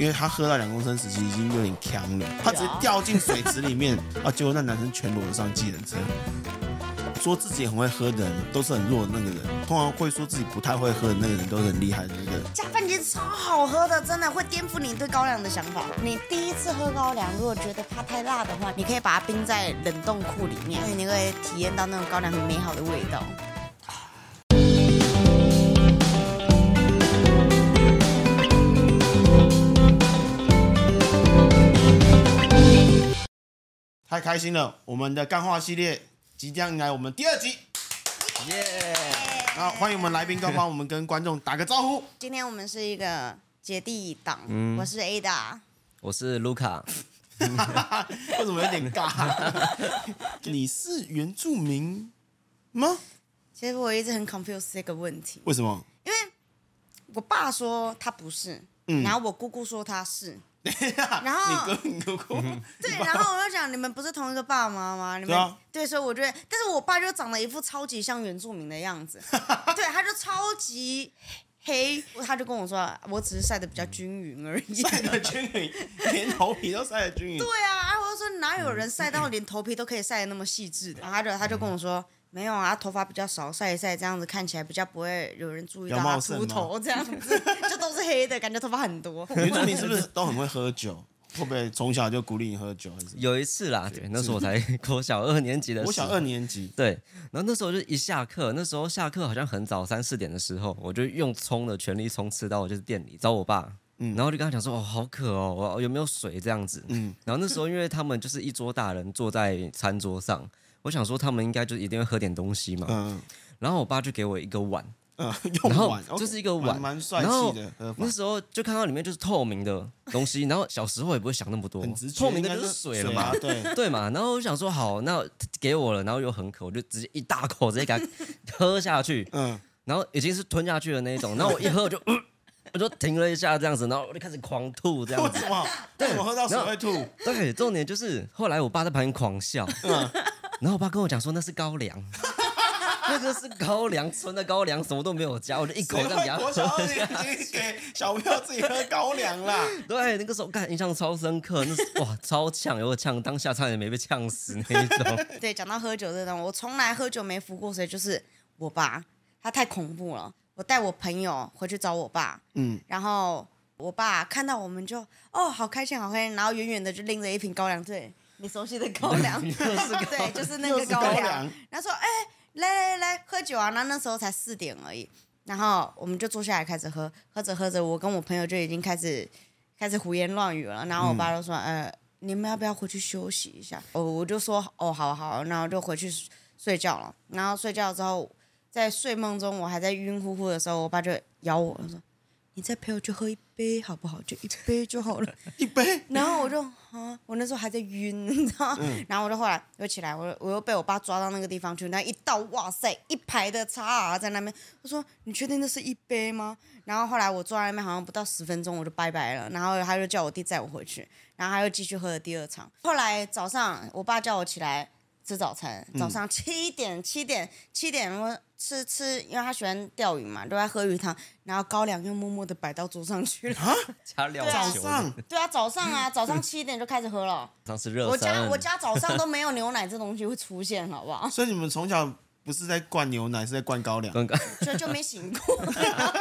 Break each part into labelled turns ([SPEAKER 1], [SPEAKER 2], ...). [SPEAKER 1] 因为他喝到两公升时期已经有点呛了，他直接掉进水池里面啊！结果那男生全裸上计程车。说自己很会喝的人都是很弱的那个人，通常会说自己不太会喝的那个人都是很厉害的那个人。
[SPEAKER 2] 加番茄超好喝的，真的会颠覆你对高粱的想法。你第一次喝高粱，如果觉得它太辣的话，你可以把它冰在冷冻库里面，因为你会体验到那种高粱很美好的味道。
[SPEAKER 1] 太开心了，我们的干话系列即将迎来我们第二集。
[SPEAKER 3] 耶、
[SPEAKER 1] 啊，欢迎我们来宾哥帮我们跟观众打个招呼。
[SPEAKER 2] 今天我们是一个姐弟档，我是啊 Ada，
[SPEAKER 3] 我是 卢卡，
[SPEAKER 1] 为什么有点尬？你是原住民吗？
[SPEAKER 2] 其实我一直很 confused 这个问题，
[SPEAKER 1] 为什么？
[SPEAKER 2] 因为我爸说他不是，然后我姑姑说他是，然后
[SPEAKER 1] 你哥，你哥哥，
[SPEAKER 2] 对，然后我就讲你们不是同一个爸妈吗？你们
[SPEAKER 1] 对啊
[SPEAKER 2] 所以我觉得，但是我爸就长得一副超级像原住民的 样子，对，他就超级黑，他就跟我说，我只是晒的比较均匀而已。
[SPEAKER 1] 晒 得均匀，连头皮都晒得均匀。
[SPEAKER 2] 对啊，啊，我就说哪有
[SPEAKER 1] 嗯
[SPEAKER 2] 人晒到连头皮都可以晒的那么细致的？然后他就他就跟我说。没有啊，头发比较少，晒一晒这样子看起来比较不会有人注意到
[SPEAKER 1] 比较
[SPEAKER 2] 他
[SPEAKER 1] 茂盛
[SPEAKER 2] 秃
[SPEAKER 1] 吗
[SPEAKER 2] 头这样子， 就都是黑的，感觉头发很多。
[SPEAKER 1] 原住民是不是都很会喝酒？会不会从小就鼓励你喝酒？还是
[SPEAKER 3] 有一次啦，对，那时候我才 我小二年级的时候，
[SPEAKER 1] 我小二年级，
[SPEAKER 3] 对，然后那时候就一下课，那时候下课好像很早，三四点的时候，我就用冲的全力冲刺到我就是店里找我爸，
[SPEAKER 1] 嗯
[SPEAKER 3] 然后就跟他讲说哦好渴哦，我有没有水这样子，
[SPEAKER 1] 嗯
[SPEAKER 3] 然后那时候因为他们就是一桌大人坐在餐桌上，我想说他们应该就一定会喝点东西嘛，
[SPEAKER 1] 嗯
[SPEAKER 3] 然后我爸就给我一个碗，
[SPEAKER 1] 嗯，用
[SPEAKER 3] 然后
[SPEAKER 1] 碗
[SPEAKER 3] 就是一个碗，
[SPEAKER 1] 蛮蛮帅
[SPEAKER 3] 然后
[SPEAKER 1] 气的喝法
[SPEAKER 3] 那。时候就看到里面就是透明的东西，然后小时候也不会想那么多
[SPEAKER 1] 很直，觉，
[SPEAKER 3] 透明的
[SPEAKER 1] 应该
[SPEAKER 3] 就是水了
[SPEAKER 1] 啊
[SPEAKER 3] 嘛。
[SPEAKER 1] 对，
[SPEAKER 3] 对嘛，然后我想说好，那给我了，然后又很渴，我就直接一大口直接给它 喝下去，
[SPEAKER 1] 嗯，
[SPEAKER 3] 然后已经是吞下去的那一种，然后我一喝我就， 嗯我就停了一下这样子，然后我就开始狂吐这样
[SPEAKER 1] 为
[SPEAKER 3] 子。
[SPEAKER 1] 什 么？为什么喝到水
[SPEAKER 3] 然后
[SPEAKER 1] 会 吐？
[SPEAKER 3] 对，重点就是后来我爸在旁边狂笑，
[SPEAKER 1] 嗯
[SPEAKER 3] 然后我爸跟我讲说那是高粱， 那个是高粱，纯的高粱，什么都没有加，我就一口
[SPEAKER 1] 谁
[SPEAKER 3] 这样给
[SPEAKER 1] 会国
[SPEAKER 3] 他
[SPEAKER 1] 小
[SPEAKER 3] 喝
[SPEAKER 1] 二
[SPEAKER 3] 下
[SPEAKER 1] 年级 给小朋友自己喝高粱啦？
[SPEAKER 3] 对，那个时候看印象超深刻，那是哇超呛，有我呛，当下差点没被呛死那一种。
[SPEAKER 2] 对，讲到喝酒这种，我从来喝酒没服过谁，就是我爸，他太恐怖了。我带我朋友回去找我爸，
[SPEAKER 1] 嗯
[SPEAKER 2] 嗯，然后我爸看到我们就哦，好开心，好开心，然后远远的就拎着一瓶高粱，对你熟悉的高 粱，对，就是那
[SPEAKER 1] 又
[SPEAKER 2] 个
[SPEAKER 1] 是高粱
[SPEAKER 2] 粱。然后说，哎、来来来，喝酒啊！然后那时候才四点而已，然后我们就坐下来开始喝，喝着喝着，我跟我朋友就已经开始开始胡言乱语了。然后我爸就说：“呃，你们要不要回去休息一下？”哦，我就说：“哦，好好。”然后就回去睡觉了。然后睡觉之后，在睡梦中我还在晕乎乎的时候，我爸就咬我，他说：“你再陪我去喝一杯好不好？就一杯就好了。”
[SPEAKER 1] 一杯，
[SPEAKER 2] 然后我就啊，我那时候还在晕， 你知道吗？然后我就后来又起来，我我又被我爸抓到那个地方去，那一到，哇塞，一排的叉啊在那边。他说：“你确定那是一杯吗？”然后后来我坐在那边好嗯像不到十分钟，我就拜拜了。然后他就叫我弟载我回去，然后他又继续喝了第二场。后来早上我爸叫我起来吃早餐，早上七点七点七点我吃吃，因为他喜欢钓鱼嘛，都在喝鱼汤，然后高粱又默默的摆到桌上去了。
[SPEAKER 3] 加料
[SPEAKER 2] 对啊
[SPEAKER 1] 早
[SPEAKER 3] 酒，
[SPEAKER 1] 上？
[SPEAKER 2] 对啊，早上啊，早上七点就开始喝了。
[SPEAKER 3] 上是热
[SPEAKER 2] 我家
[SPEAKER 3] 身，
[SPEAKER 2] 我家早上都没有牛奶这东西会出现，好不好
[SPEAKER 1] 所以你们从小不是在灌牛奶，是在灌高粱。
[SPEAKER 3] 刚刚
[SPEAKER 2] 就就没醒过，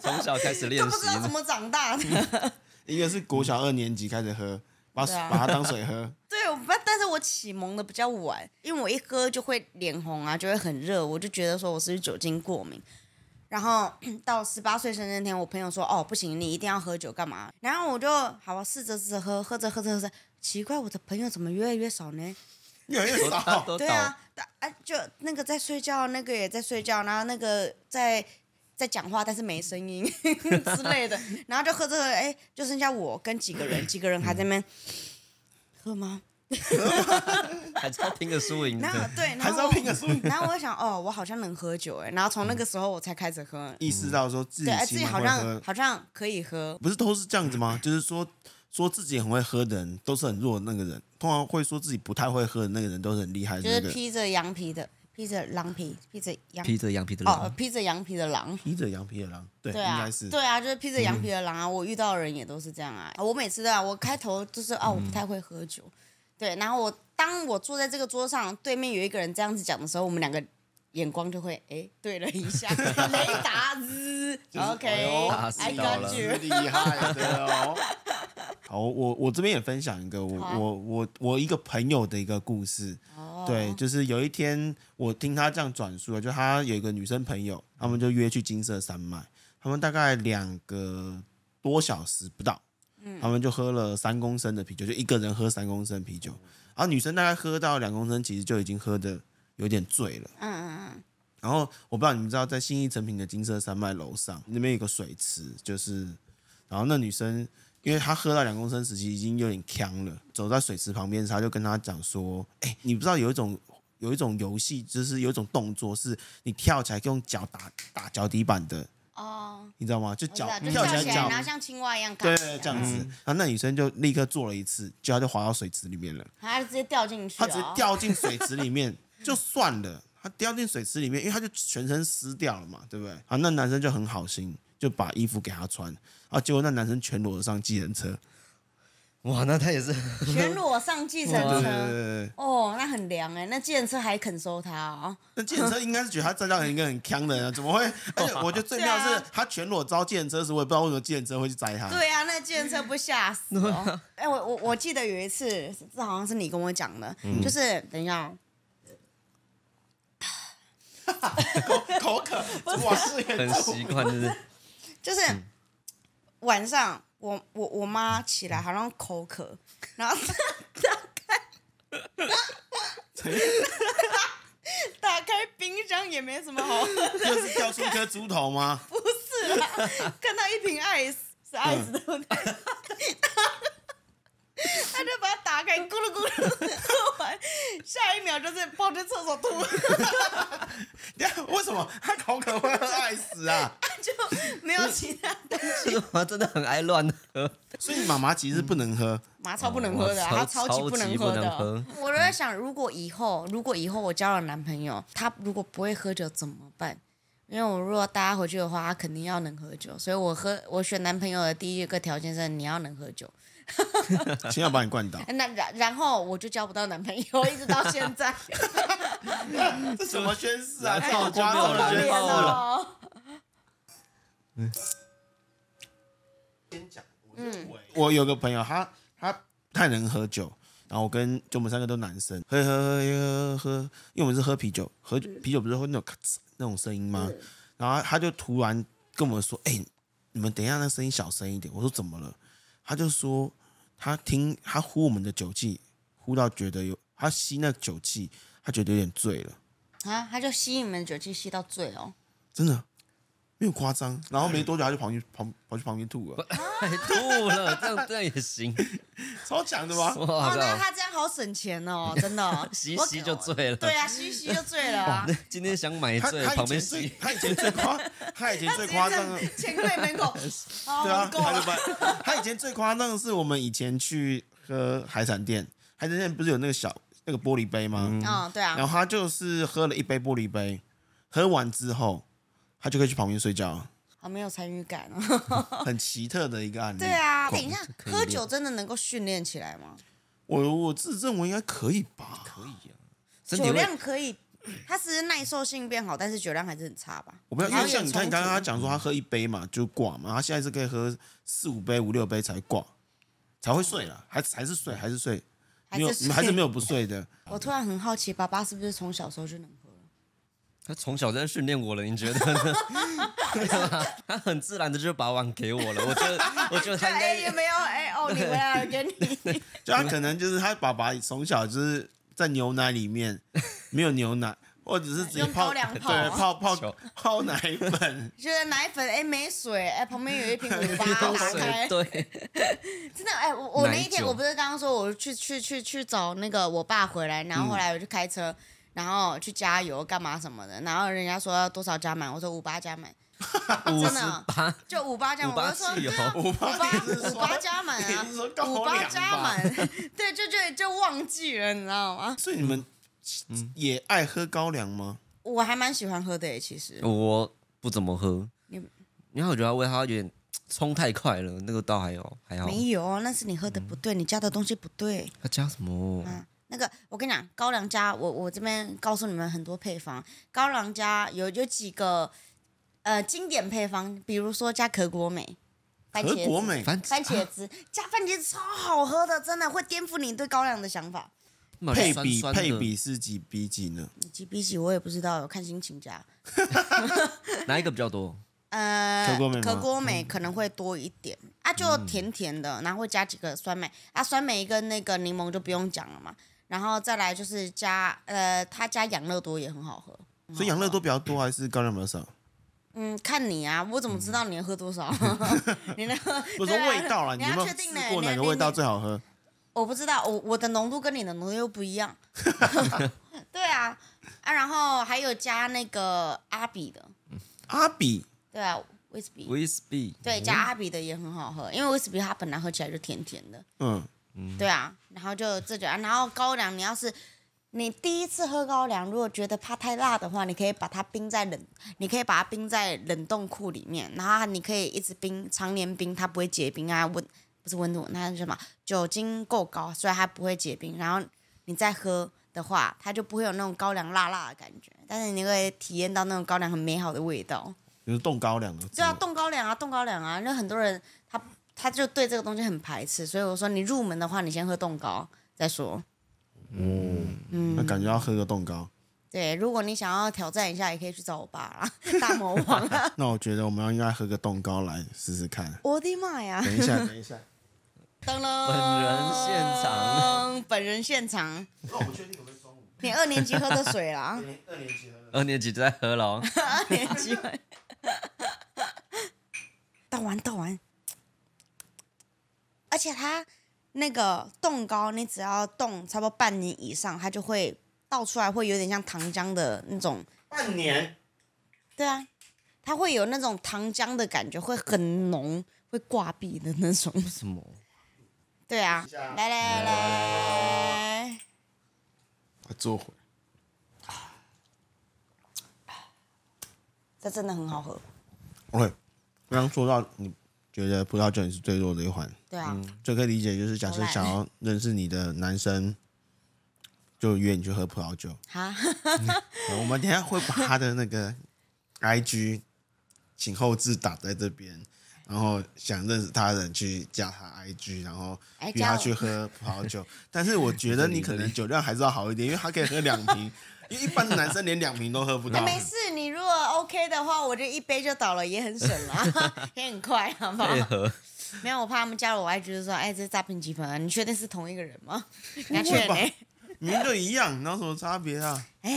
[SPEAKER 3] 从小开始练
[SPEAKER 2] 就不知道怎
[SPEAKER 3] 习，
[SPEAKER 2] 么长大的。
[SPEAKER 1] 一个是国小二年级开始喝，把、
[SPEAKER 2] 对啊
[SPEAKER 1] 把它当水 喝。
[SPEAKER 2] 对，我不，但是我启蒙的比较晚，因为我一喝就会脸红啊，就会很热，我就觉得说我是不是酒精过敏。然后 到十八岁生日那天，我朋友说：“哦，不行，你一定要喝酒干嘛？”然后我就好啊，试着试着喝，喝着喝着喝着，奇怪，我的朋友怎么越来越少呢？
[SPEAKER 1] 越来越
[SPEAKER 3] 大家
[SPEAKER 1] 少，
[SPEAKER 3] 都
[SPEAKER 2] 对
[SPEAKER 3] 倒
[SPEAKER 2] 啊，对啊，就那个在睡觉，那个也在睡觉，然后那个在在讲话，但是没声 音之类的，然后就喝着喝着，哎，就剩下我跟几个人，几个人还在 那边喝吗？
[SPEAKER 3] 还是要拼个输赢
[SPEAKER 2] 然后
[SPEAKER 3] 的。
[SPEAKER 2] 对，然
[SPEAKER 1] 还是要
[SPEAKER 2] 后
[SPEAKER 1] 拼个输赢。
[SPEAKER 2] 然后我就想，哦，我好像能喝酒哎，然后从那个时候我才开始喝，
[SPEAKER 1] 意识到说自己
[SPEAKER 2] 对，哎
[SPEAKER 1] 嗯
[SPEAKER 2] 自
[SPEAKER 1] 起
[SPEAKER 2] 己
[SPEAKER 1] 码
[SPEAKER 2] 好
[SPEAKER 1] 会
[SPEAKER 2] 像
[SPEAKER 1] 喝，嗯
[SPEAKER 2] 好像可以喝，
[SPEAKER 1] 不是都是这样子 吗？就是说说自己很会喝的人，都是很弱的那个人。通常会说自己不太会喝的那个人，都是很厉害的
[SPEAKER 2] 就
[SPEAKER 1] 那
[SPEAKER 2] 是
[SPEAKER 1] 个人。
[SPEAKER 2] 披着羊皮的。披着狼皮，披着羊
[SPEAKER 3] 披着羊皮的
[SPEAKER 2] 哦，
[SPEAKER 3] 狼，
[SPEAKER 2] 披着羊皮的狼。
[SPEAKER 1] 披着羊皮的狼，对，
[SPEAKER 2] 对啊，
[SPEAKER 1] 应该是，嗯
[SPEAKER 2] 对啊，就是披着羊皮的狼啊，我遇到的人也都是这样啊。我每次都啊，我开头就是啊，我不
[SPEAKER 1] 嗯
[SPEAKER 2] 太会喝酒，对，然后我当我坐在这个桌上，对面有一个人这样子讲的时候，我们两个眼光就会哎对了 一下，雷达兹
[SPEAKER 1] 就是哎呦
[SPEAKER 2] ，OK，I
[SPEAKER 3] 知道了
[SPEAKER 2] got
[SPEAKER 1] 是
[SPEAKER 2] you，
[SPEAKER 1] 厉害的哦。 好，我我这边也分享一个我、
[SPEAKER 2] 好啊
[SPEAKER 1] 我我我一个朋友的一个故事，
[SPEAKER 2] 哦
[SPEAKER 1] 对，就是有一天我听他这样转述，就他有一个女生朋友，他们就约去金色山脉，他们大概两个多小时不到，
[SPEAKER 2] 嗯
[SPEAKER 1] 他们就喝了三公升的啤酒，就一个人喝三公升啤酒，然后女生大概喝到两公升，其实就已经喝的有点醉了。
[SPEAKER 2] 嗯嗯
[SPEAKER 1] 然后我不知道你们知道，在信义成品的金色山脉楼上那边有个水池，就是，然后那女生因为她喝到两公升时期已经有点呛了，走在水池旁边，她就跟她讲说：“哎、你不知道有一种有一种游戏，就是有一种动作是你跳起来用脚打打脚底板的，
[SPEAKER 2] 嗯，哦，
[SPEAKER 1] 你知道吗？就
[SPEAKER 2] 我知
[SPEAKER 1] 脚
[SPEAKER 2] 道，就
[SPEAKER 1] 跳
[SPEAKER 2] 跳
[SPEAKER 1] 起来
[SPEAKER 2] 起来，
[SPEAKER 1] 脚
[SPEAKER 2] 然后像青蛙一样
[SPEAKER 1] 对
[SPEAKER 2] 干，
[SPEAKER 1] 对对这样子。然后那女生就立刻做了一次，就她就滑到水池里面了。”
[SPEAKER 2] 然后他就直接掉进去，
[SPEAKER 1] 他
[SPEAKER 2] 哦
[SPEAKER 1] 直接，掉进水池里 面就算了，他掉进水池里面，因为他就全身湿掉了嘛，对不对？啊，那男生就很好心，就把衣服给他穿，啊，结果那男生全裸上计程车，
[SPEAKER 3] 哇，那他也是
[SPEAKER 2] 全裸上计程
[SPEAKER 1] 对对对
[SPEAKER 2] 车，
[SPEAKER 1] 对对，
[SPEAKER 2] 哦，那很凉哎，那计程车还肯收他哦。
[SPEAKER 1] 那计程车应该是觉得他站到一个很坑的人啊，怎 么会？而且我觉得最妙
[SPEAKER 2] 对
[SPEAKER 1] 的是
[SPEAKER 2] 啊
[SPEAKER 1] 他全裸招计程车时，我也不知道为什么计程车会去摘他，
[SPEAKER 2] 对啊，那计程车不吓死哦！哎、我我我记得有一次，这好像是你跟我讲的，就是等一下哦，
[SPEAKER 1] 口 渴，我是也
[SPEAKER 3] 很习惯，就是
[SPEAKER 2] 就是、晚上我我我妈起来好像口渴，然后打开冰箱也没什么好喝， 啊
[SPEAKER 1] 又是掉出一颗猪头吗？
[SPEAKER 2] 看到一瓶 ice 是 ice 对不对？他就把它打开，咕噜咕噜喝完，下一秒就是跑去厕所吐。
[SPEAKER 1] 等一下 为什么他口渴会喝爱死啊？
[SPEAKER 2] 就没有其他的。
[SPEAKER 3] 就是我真的很爱乱呃喝，
[SPEAKER 1] 所以妈妈其实不能 喝，
[SPEAKER 2] 马超不能喝的啊，
[SPEAKER 3] 哦
[SPEAKER 2] 他超级不能喝
[SPEAKER 3] 超级不能
[SPEAKER 2] 的。我都在想，如果以后，如果以后我交了男朋友，他如果不会喝酒怎么办？因为我如果带他回去的话，他肯定要能喝酒，所以我喝我选男朋友的第一个条件是你要能喝酒。
[SPEAKER 1] 先要把你灌倒。
[SPEAKER 2] 那然然后我就交不到男朋友，一直到现在，
[SPEAKER 1] 这什么宣誓啊？
[SPEAKER 3] 哎
[SPEAKER 1] 这好夸张的
[SPEAKER 2] 好
[SPEAKER 1] 宣
[SPEAKER 2] 可
[SPEAKER 1] 誓
[SPEAKER 2] 怜
[SPEAKER 3] 爆了
[SPEAKER 2] 哦。
[SPEAKER 1] 先讲，我有个朋友，他他太能喝酒，然后我跟就我们三个都男生，喝喝喝喝喝，因为我们是喝啤酒，喝啤酒不是会那种咔嚓那种声音吗？然后他就突然跟我们说：“哎、你们等一下，那声音小声一点。”我说：“怎么了？”他就说他听他呼我们的酒气，呼到觉得有他吸那酒气，他觉得有点醉了，
[SPEAKER 2] 啊，他就吸你们酒精吸到醉哦。
[SPEAKER 1] 真的没有夸张。然后没多久他就跑去旁跑去旁边吐了，
[SPEAKER 3] 太哎吐了，这样这样也 行，
[SPEAKER 1] 超强的吧？
[SPEAKER 3] 哇
[SPEAKER 2] 哦，那
[SPEAKER 3] 靠，。
[SPEAKER 2] 他这样好省钱哦，真的哦
[SPEAKER 3] 洗一洗就醉了，
[SPEAKER 2] 对啊，吸一吸就醉了啊。
[SPEAKER 3] 今天想买
[SPEAKER 1] 他
[SPEAKER 3] 醉，
[SPEAKER 1] 他
[SPEAKER 3] 旁
[SPEAKER 1] 以前
[SPEAKER 3] 边
[SPEAKER 1] 最
[SPEAKER 3] 洗，
[SPEAKER 1] 他以前最夸，他以前最夸张的，
[SPEAKER 2] 钱柜门口，
[SPEAKER 1] 对
[SPEAKER 2] 啊
[SPEAKER 1] 啊，
[SPEAKER 2] 够
[SPEAKER 1] 他就
[SPEAKER 2] 了。
[SPEAKER 1] 把他以前最夸张的是我们以前去喝海产店，海产店不是有那个小那个玻璃杯吗？
[SPEAKER 2] 嗯，对啊
[SPEAKER 1] 然，后他就是喝了一杯玻璃杯，喝完之后他就可以去旁边睡觉，
[SPEAKER 2] 好没有参与感哦。
[SPEAKER 1] 很奇特的一个案例。
[SPEAKER 2] 对，啊，等一下，
[SPEAKER 3] 可以
[SPEAKER 2] 喝
[SPEAKER 3] 练
[SPEAKER 2] 酒真的能够训练起来吗？
[SPEAKER 1] 我我自认为应该可以吧？
[SPEAKER 3] 可以啊，身体
[SPEAKER 2] 酒
[SPEAKER 3] 会
[SPEAKER 2] 量可以，它只是耐受性变好，但是酒量还是很差吧。
[SPEAKER 1] 我不要，因为像你看，
[SPEAKER 2] 然后也
[SPEAKER 1] 刚刚他
[SPEAKER 2] 冲
[SPEAKER 1] 讲说他喝一杯嘛就挂嘛，他现在是可以喝四五杯、五六杯才挂，才会睡了，还还是睡，还是睡，
[SPEAKER 2] 还
[SPEAKER 1] 没有
[SPEAKER 2] 是睡
[SPEAKER 1] 还是没有不睡 的。
[SPEAKER 2] 突。我突然很好奇，爸爸是不是从小时候就能喝？
[SPEAKER 3] 他从小就在训练我了，你觉得呢？ 对啊他很自然的就把碗给我了，我 觉得，我觉得他应
[SPEAKER 2] 哎，有
[SPEAKER 3] 该
[SPEAKER 2] 没有？哎，哦，你回来了，给你。
[SPEAKER 1] 就他可能就是他爸爸从小就是在牛奶里 面没有牛奶，或者是直接
[SPEAKER 2] 用
[SPEAKER 1] 泡
[SPEAKER 2] 高粱泡，
[SPEAKER 1] 对泡泡
[SPEAKER 3] 球
[SPEAKER 1] 泡奶粉
[SPEAKER 2] 觉得奶粉哎没水哎，旁边有一瓶五八，
[SPEAKER 3] 有
[SPEAKER 2] 打
[SPEAKER 3] 水，
[SPEAKER 2] 开。
[SPEAKER 3] 对，
[SPEAKER 2] 真的哎、我我那
[SPEAKER 3] 奶
[SPEAKER 2] 一天
[SPEAKER 3] 酒
[SPEAKER 2] 我不是刚刚说我去去去去找那个我爸回来，然后后来我就开车，然后去加油干嘛什么的，然后人家说要多少加满，我说五八加满，
[SPEAKER 3] 五
[SPEAKER 2] 真
[SPEAKER 3] 十
[SPEAKER 2] 的啊
[SPEAKER 3] 八，
[SPEAKER 2] 就五八加满，
[SPEAKER 3] 五八
[SPEAKER 2] 我就说
[SPEAKER 3] 汽油
[SPEAKER 2] 对啊，
[SPEAKER 1] 五
[SPEAKER 2] 五
[SPEAKER 1] 八你是
[SPEAKER 2] 八
[SPEAKER 1] 说
[SPEAKER 2] 五八加满啊
[SPEAKER 1] 你是说高，
[SPEAKER 2] 五八
[SPEAKER 1] 粱吧
[SPEAKER 2] 加满，对，就就就忘记了，你知道吗？
[SPEAKER 1] 所以你们
[SPEAKER 3] 嗯
[SPEAKER 1] 也爱喝高粱吗？
[SPEAKER 2] 我还蛮喜欢喝的诶，其实
[SPEAKER 3] 我不怎么喝，
[SPEAKER 2] 你
[SPEAKER 3] 因为我觉得味它有点冲太快了，那个倒还有还好。
[SPEAKER 2] 没有，啊那是你喝的不对，你加的东西不对。
[SPEAKER 3] 它加什么？
[SPEAKER 2] 嗯，那个我跟你讲，高粱加我我这边告诉你们很多配方，高粱加有有几个呃经典配方，比如说加可果美，番
[SPEAKER 1] 和
[SPEAKER 2] 茄
[SPEAKER 1] 国
[SPEAKER 2] 汁
[SPEAKER 1] 美
[SPEAKER 3] 番
[SPEAKER 2] 番茄汁、加番茄汁超好喝的，真的会颠覆你对高粱的想法。
[SPEAKER 3] 啊
[SPEAKER 1] 配
[SPEAKER 3] 酸
[SPEAKER 1] 比
[SPEAKER 3] 酸的
[SPEAKER 1] 配比是几比几呢？
[SPEAKER 2] 几比几我也不知道，有看心情加。
[SPEAKER 3] 哪一个比较多？
[SPEAKER 2] 呃，
[SPEAKER 1] 可果美吗嗯
[SPEAKER 2] 可果美可能会多一点啊，就甜甜的，然后会加几个酸梅啊，酸梅跟那个柠檬就不用讲了嘛，然后再来就是加呃，它加养乐多也很好喝，
[SPEAKER 1] 所以养乐多比较多还是高粱比较少？
[SPEAKER 2] 嗯，看你啊，我怎么知道你能喝多少？ 你能喝？
[SPEAKER 1] 嗯我说
[SPEAKER 2] 对啊
[SPEAKER 1] 味道啦，
[SPEAKER 2] 你
[SPEAKER 1] 有没
[SPEAKER 2] 要
[SPEAKER 1] 有
[SPEAKER 2] 确
[SPEAKER 1] 试
[SPEAKER 2] 定呢？欸
[SPEAKER 1] 过
[SPEAKER 2] 你
[SPEAKER 1] 哪
[SPEAKER 2] 要
[SPEAKER 1] 个
[SPEAKER 2] 你
[SPEAKER 1] 味道最好喝？
[SPEAKER 2] 我不知道，我我的浓度跟你的浓度又不一 样。 对啊，啊，然后还有加那个阿比的，
[SPEAKER 1] 阿比
[SPEAKER 2] 对啊，威士忌。
[SPEAKER 3] 威士忌。
[SPEAKER 2] 对，加
[SPEAKER 1] 嗯
[SPEAKER 2] 阿比的也很好喝，因为威士忌它本来喝起来就甜甜的，
[SPEAKER 1] 嗯，
[SPEAKER 2] 对啊，然后就这就，啊然后高粱你要是你第一次喝高粱，如果觉得怕太辣的话，你可以把它冰在冷，你可以把它冰在冷冻库里面，然后你可以一直冰，常年冰，它不会结冰啊，温不是温度，那是什么？酒精够高，所以它不会结冰，然后你再喝。的话，它就不会有那种高粱辣辣的感觉，但是你会体验到那种高粱很美好的味道。
[SPEAKER 1] 就是冻高粱的。
[SPEAKER 3] 嗯
[SPEAKER 2] 对啊，冻高粱啊，冻高粱啊，那很多人他他就对这个东西很排斥，所以我说你入门的话，你先喝冻高再说。嗯
[SPEAKER 1] 那感觉要喝个冻高。
[SPEAKER 2] 对，如果你想要挑战一下，也可以去找我爸 啦，大魔王啊！
[SPEAKER 1] 那我觉得我们要应该喝个冻高来试试看。
[SPEAKER 2] 我的妈呀！
[SPEAKER 1] 等一下，等一下，
[SPEAKER 2] 噔噔，
[SPEAKER 3] 本人现场，
[SPEAKER 2] 本人现场，
[SPEAKER 1] 那哦我不确定有没有中午。，
[SPEAKER 2] 你二年级喝的水啦
[SPEAKER 1] 二年级喝的。
[SPEAKER 3] 二年级就在喝了哦，
[SPEAKER 2] 二年级。倒完倒完，而且它那个冻糕，你只要冻差不多半年以上，它就会倒出来，会有点像糖浆的那种
[SPEAKER 1] 半年，
[SPEAKER 2] 对啊，它会有那种糖浆的感觉，会很浓，会挂壁的那种。
[SPEAKER 3] 为什么？
[SPEAKER 2] 对啊，
[SPEAKER 1] 下
[SPEAKER 2] 来来来，
[SPEAKER 1] 我坐啊会。
[SPEAKER 2] 这真的很好喝。
[SPEAKER 1] OK，刚刚说到你觉得葡萄酒也是最弱的一环，
[SPEAKER 2] 对啊，
[SPEAKER 1] 最可以理解就是，假设
[SPEAKER 2] 好烂
[SPEAKER 1] 想要认识你的男生，就约你去喝葡萄酒。
[SPEAKER 2] 哈，
[SPEAKER 1] 好呃我们等一下会把他的那个 IG 请后置打在这边，然后想认识他的人去加他 IG，然后
[SPEAKER 2] 哎
[SPEAKER 1] 约他
[SPEAKER 2] 加我
[SPEAKER 1] 去喝葡萄酒。但是我觉得你可能酒量还是要好一点，因为他可以喝两瓶，因为一般的男生连两瓶都喝不到。
[SPEAKER 2] 哎没事，你如果 OK 的话，我就一杯就倒了，也很省啦， 也很快，好不好？
[SPEAKER 3] 配合
[SPEAKER 2] 没有，我怕他们加了我 IG 就说，哎，这是诈骗集团啊，你确定是同一个人吗？你要
[SPEAKER 1] 不
[SPEAKER 2] 确
[SPEAKER 1] 会
[SPEAKER 2] 认
[SPEAKER 1] 吧
[SPEAKER 2] 欸
[SPEAKER 1] 明明就一样，哪有什么差别啊？
[SPEAKER 2] 哎，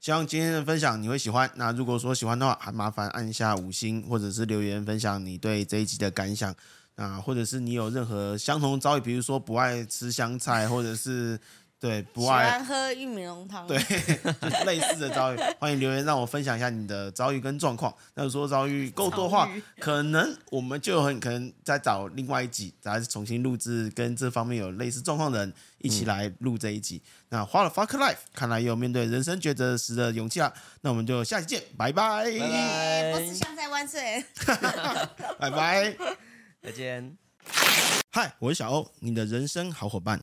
[SPEAKER 1] 希望今天的分享你会喜欢。那如果说喜欢的话，还麻烦按下五星，或者是留言分享你对这一集的感想。那或者是你有任何相同遭遇，比如说不爱吃香菜，或者是对不
[SPEAKER 2] 喜
[SPEAKER 1] 爱
[SPEAKER 2] 欢喝玉米浓汤。
[SPEAKER 1] 对 就是类似的遭遇，欢迎留言让我分享一下你的遭遇跟状况。那如果说遭遇够多的话
[SPEAKER 2] 遭遇，
[SPEAKER 1] 可能我们就很可能再找另外一集，再重新录制跟这方面有类似状况的人一起来录这一集。那花了 fuck life，看来也有面对人生抉择时的勇气啦。那我们就下期见，拜拜，
[SPEAKER 3] 拜拜
[SPEAKER 2] 哎，不是香菜万岁。
[SPEAKER 1] 拜拜。
[SPEAKER 3] 再见。
[SPEAKER 1] 嗨，我是小欧，你的人生好伙伴。